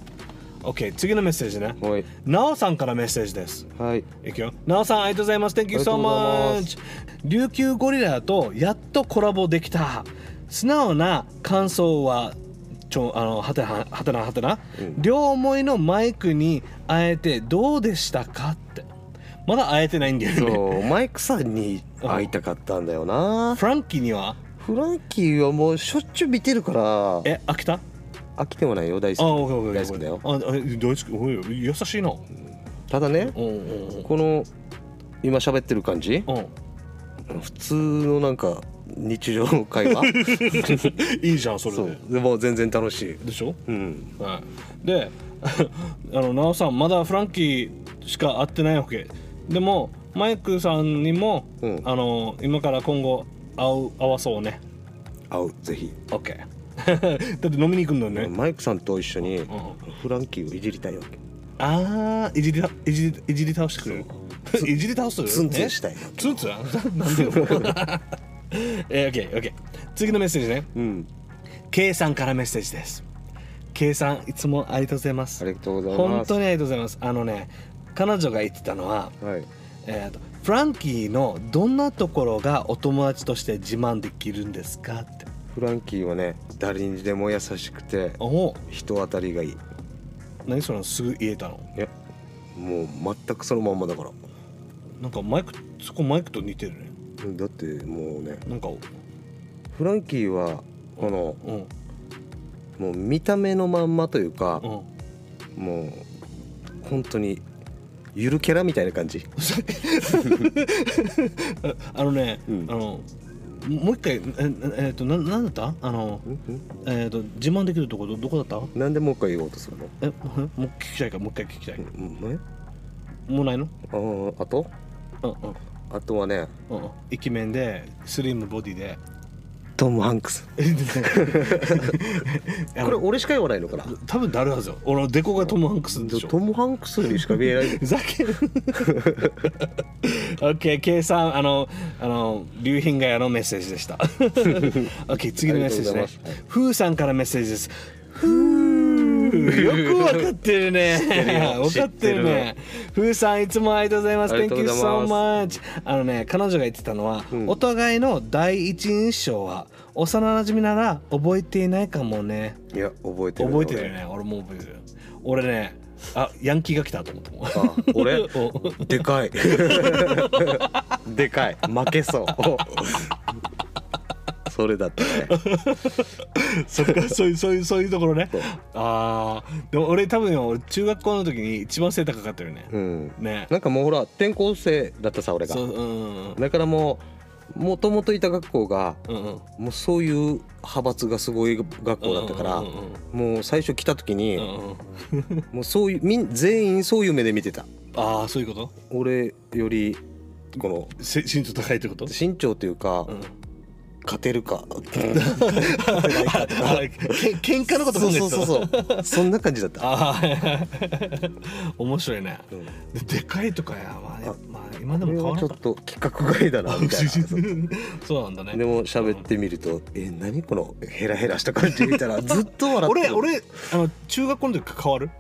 OK 次のメッセージね
はい
なおさんからメッセージです
はい
いくよなおさんありがとうございます Thank you
ありが
so
とうございます
much 琉球ゴリラとやっとコラボできた素直な感想はちょあのはてなはてなはてな、
うん
両思いのマイクに会えてどうでしたかってまだ会えてないんだよね
そうマイクさんに会いたかったんだよな
[laughs] フランキーには
フランキーはもうしょっちゅう見てるから
え飽きた
飽きてもないよ大
あ、
好
オッケー
大
オッケー。
好きだよ
あ、あ大好き。おい優しいな。
きただね
うんうんうん。
この今喋ってる感じ
うん、 [laughs]
普通のなんか日常会話
[laughs] いいじゃんそれ
そう
で
でも全然楽しい
でしょ、
うん
はい、で [laughs] あのなおさんまだフランキーしか会ってないわけでもマイクさんにも、
うん
あの今から今後会う会わそうね
会うぜひ
OK [laughs] だって飲みに行くんだよね、
マイクさんと一緒に
ん
フランキーをいじりたいわけ
あーいじりたいじりいじり倒してくれる [laughs] いじり倒す
ツンツンしたい
えツンツンなんでよ [laughs] えー、OK OK 次のメッセージね
うん、
K さんからメッセージです。K さん、いつもありがとうございます。
ありがとうございます
本当にありがとうございます。あのね、彼女が言ってたのは、
はい、
えーとフランキーのどんなところがお友達として自慢できるんですかって。
フランキーはね誰にでも優しくて
おお、
人当たりがいいい
何それすぐ言えたの
やもう全くそのまんまだから
なんかマイク、そこマイクと似てるね。
うんだってもうね
なんか、
フランキーはこの
うん、
もう見た目のまんまというか
うん。
もう本当にゆるキャラみたいな感じ
[laughs] あのね、
うん
あの、もう一回、えっ、えーと、ななんだったあの、えっ、と、自慢できるところどこだった
なんでもう一回言おうとするの
え、もうもう聞きたいから、もう一回聞きたい。
うんえ
もうないの
あーあと
うんうん。
あとはね
うんイケメンでスリムボディで
トム・ハンクスこれ俺しか言わないのかな
多分誰はずよ俺のデコがトム・ハンクスでしょ
トム・ハンクスにしか見え [laughs] ない
ふざけん OK 計算あのあの流品がやのメッセージでした OK 次のメッセージ
ありがとうござい
ね
ます
ふうさんからメッセージですふうよくわかってるねわ
知ってるよ
かってるねふうさんいつもありがとうございます
ありがと
Thank
う
you
ございます
so much あのね彼女が言ってたのは、
うん
お互いの第一印象は幼馴染なら覚えていないかもね
いや覚えてる
覚えてるよね俺も覚えてるよ俺ねあヤンキーが来たと思ったもん
あ俺
[laughs] お
で
[laughs]
かいでかい負けそう [laughs] それだったね
そっかそういうそういうそういうところね
そう
ああでも俺多分よ俺中学校の時に一番背高かったよね、
うん
ね
なんかもうほら転校生だったさ俺が
そううんうん
だからもうもともといた学校が
うんうん
もうそういう派閥がすごい学校だったから、
うんうん
もう最初来た時に、
うんうんうん
もうそういうみん全員そういう目で見てた
ああそういうこ
俺よりこの
とせ身長高いってこと
身長というか、
うん
勝てるか
ああけん喧嘩のこと
[laughs]
考
そ
え
う
てた
そうそうそうそんな感じだった、
ああ面白いね
うん
ででかいとかやまあね
あ
まあ今で
これ
も変わ
は
ら
ちょっ
なかった
と規格外 [laughs] だなみたいなそう
[laughs] そうなんだね
でも喋ってみると「え何このヘラヘラした感じ」みたいな [laughs] ずっと笑って
俺
る
俺あの中学校の時から変わる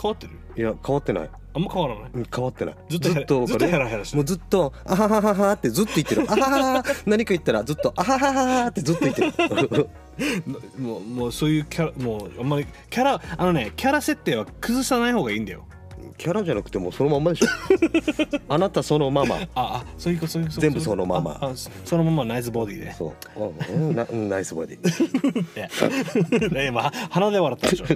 変わってる
いや変わってない
あんま変わらない
うん変わってない
ずっとヘラずっとヘラヘラしてる
もうずっと「あはははは」ってずっと言って [laughs] る「あははは」何か言ったらずっと「あははは」ってずっと言ってる [laughs]
もうもうそういうキャラもうあんまりキャラあのねキャラ設定は崩さない方がいいんだよ
キャラじゃなくてもうそのまん [laughs] までしょあなたそのまま
ああそういうことそういうこと
全部そのまま
ああそそのままナイスボディ
[laughs]
で
そうあうんなうんナイスボディ
ね今鼻で笑ったでしょ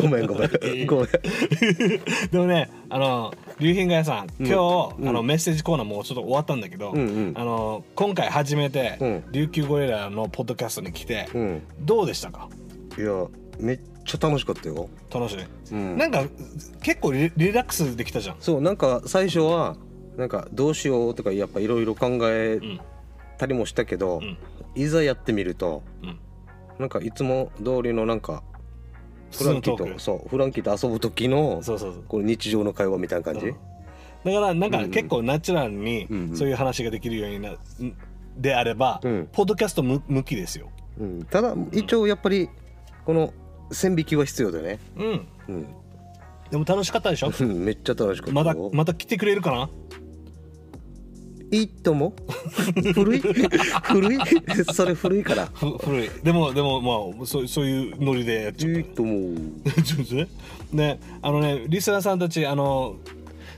ごめんごめんごめん
[laughs] でもねあの竜品屋さん今日、
うん
あのメッセージコーナーもうちょっと終わったんだけど、
うんうん
あの今回初めて、
うん
琉球ゴリラのポッドキャストに来て、
うん
どうでしたか
いやめっちゃ楽しかったよ、
楽しい、
うん
なんか結構リリラックスできたじゃん
そうなんか最初はなんかどうしようとかやっぱいろいろ考え
うん
たりもしたけど、
うん
いざやってみると
うん
なんかいつも通りのなんか
普
フ
通
ラ
の
ンキ
ト
ー
ーク
とそうフランキーと遊ぶ時の
そうそうそう
この日常の会話みたいな感じ、
だからなんか結構ナチュラルに
うんうん
そういう話ができるようになであれば、
うん
ポッドキャストむ向きですよ。
うん、ただ一応やっぱりこの線引きは必要だよね、
うん。
うん [laughs]
でも楽しかったでしょ。
うん、めっちゃ楽しかった
また
よ
また来てくれるかな。
いいとも [laughs] 古い古い [laughs] それ古いから
ふ古い。でもでもまあそうそういうノリでや [laughs] っちゃ
い
っ
いとも
[laughs] た。ちょっとね。ねあのねリスナーさんたちあの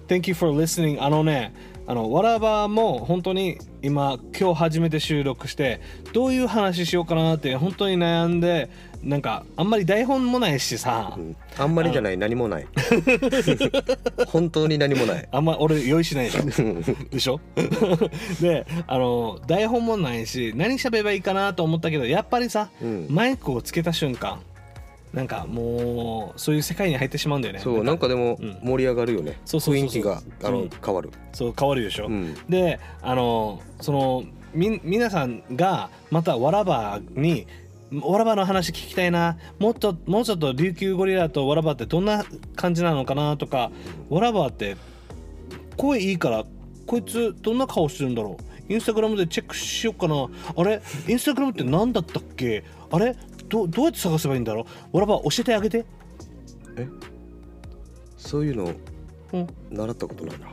Thank you for listening あのね。あのわらばも本当に今今日初めて収録してどういう話しようかなって本当に悩んでなんかあんまり台本もないしさ、
うんあんまりじゃない何も
[laughs]
ない本当に何もない
あんま俺用意しない
[laughs]
でしょでしょ [laughs] であの台本もないし何喋ればいいかなと思ったけどやっぱりさ、
うん
マイクをつけた瞬間なんかもうそういう世界に入ってしまうんだよね
そうなんかでも
うん
盛り上がるよね、
そうそうそうそ
雰
う
囲気があ
う
の
ん
変わる、
そう変わるでしょ、
うん
であのそのみ皆さんがまたわらばにわらばの話聞きたいなもっともうちょっと琉球ゴリラとわらばってどんな感じなのかなとかわらばって声いいからこいつどんな顔してるんだろうインスタグラムでチェックしようかなあれインスタグラムって何だったっけあれどどうやって探せばいいんだろうわらば教えてあげて
そういうの [laughs]
うん
習ったこと
[laughs]
ないな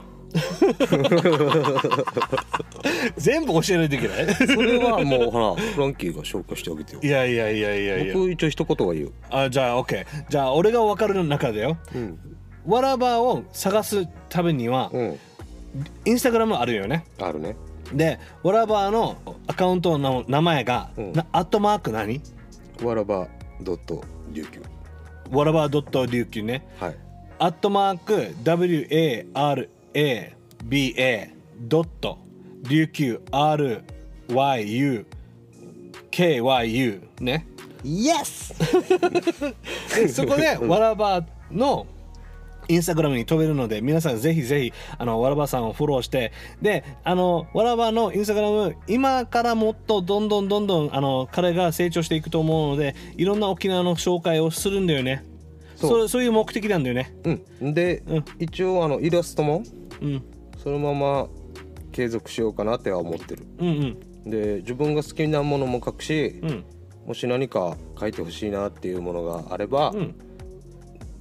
全部教えないとい
[laughs]
けない
それはもうほらフランキーが紹介してあげてよ
いやいやいやいやいや
僕一応一言は言う、
あじゃあ OK じゃあ俺が分かる中だよ
うん
わらばを探すためには
うん、
インスタグラムあるよね
あるね
でわらばのアカウントの名前が、
うん
なアットマーク何
わらばドット琉球
わらばドット琉球ね
はい
アットマーク WARABA ドット琉球 RYUKYU ね
イエス
でそこでわらばのインスタグラムに飛べるので皆さんぜひぜひあのわらばさんをフォローしてであのわらばのインスタグラム今からもっとどんどんどんどんあの彼が成長していくと思うのでいろんな沖縄の紹介をするんだよね
そう
そうそういう目的なんだよね
うん、で、
うん
一応あのイラストも
うん
そのまま継続しようかなっては思ってる
うんうん
で自分が好きなものも描くし、
うん
もし何か描いてほしいなっていうものがあれば、
うん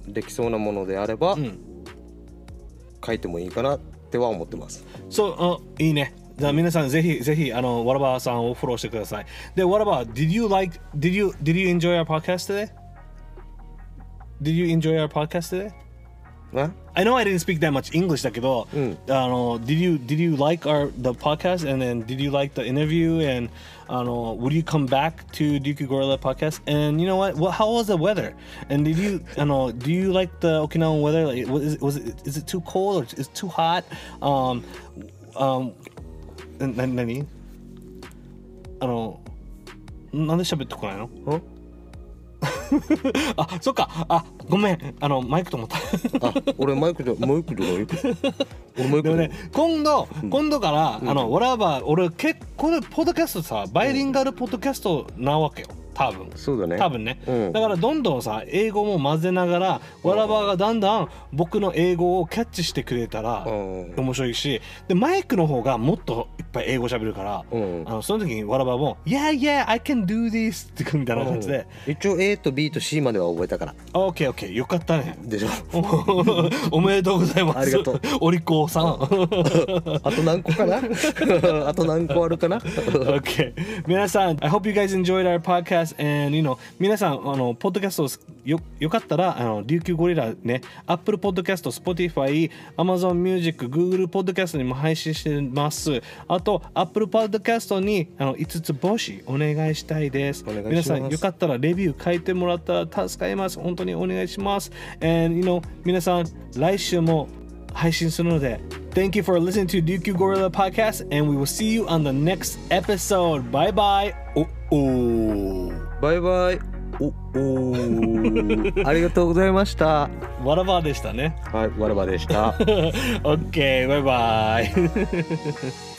できそうなものであれば、
うん
描いてもいいかなっては思ってます
そう、あいいね。じゃあ皆さんぜひぜひあのわらばさんをフォローしてください。で、わらば、did you like, did you, did you enjoy our podcast today? Did you enjoy our podcast today?
ね
I know I didn't speak that much English だけど、
うん
あの did you did you like our the podcast and then did you like the interview and あの would you come back to Duke Gorilla podcast and you know what what how was the weather and did you あの do you like the Okinawan weather like was it, was it is it too cold or is it too hot um um なな何あのなんで喋ってこない [laughs] の
ん
あそっかあごめんあのマイクと思った [laughs]
あ俺マイクでマイクじゃない俺マイク
で
じ
も
ゃない
ね今度今度から、あの俺は俺結構これポッドキャストさバイリンガルポッドキャストなわけよ多分
そうだね
多分ね、
うん
だからどんどんさ英語も混ぜながらわらばがだんだん僕の英語をキャッチしてくれたら
うん
面白いしでマイクの方がもっといっぱい英語喋るから、
うん
あのその時にわらばも「Yeah yeah I can do this」ってみたいな感じで
うん一応 A と B と C までは覚えたから
「OKOK よかったね」
で [laughs] しょ
お [laughs] めでとうございます。
ありがとう。
お利口さん。
あと何個かな [laughs] あと何個あるかな
[laughs] okay. 皆さん、I hope you guys enjoyed our podcast and you know 皆さん、あの、ポッドキャストをすよよかったら、あの、琉球ゴリラね、Apple Podcast、Spotify、Amazon Music、Google Podcast にも配信してます。あと、Apple Podcast にあの5つ星お願いしたいです。
お願いします
皆さん、よかったらレビュー書いてもらったら助かります。本当にお願いします。And you know 皆さん、来週も配信するので、Thank you for listening to Ryukyu Gorilla Podcast, and we will see you on the next episode. Bye bye. おおー。
バイバイおおー [laughs] ありがとうございました
わら [laughs] ばでしたね。
はいわらばでした
[laughs] OK、バイバイ。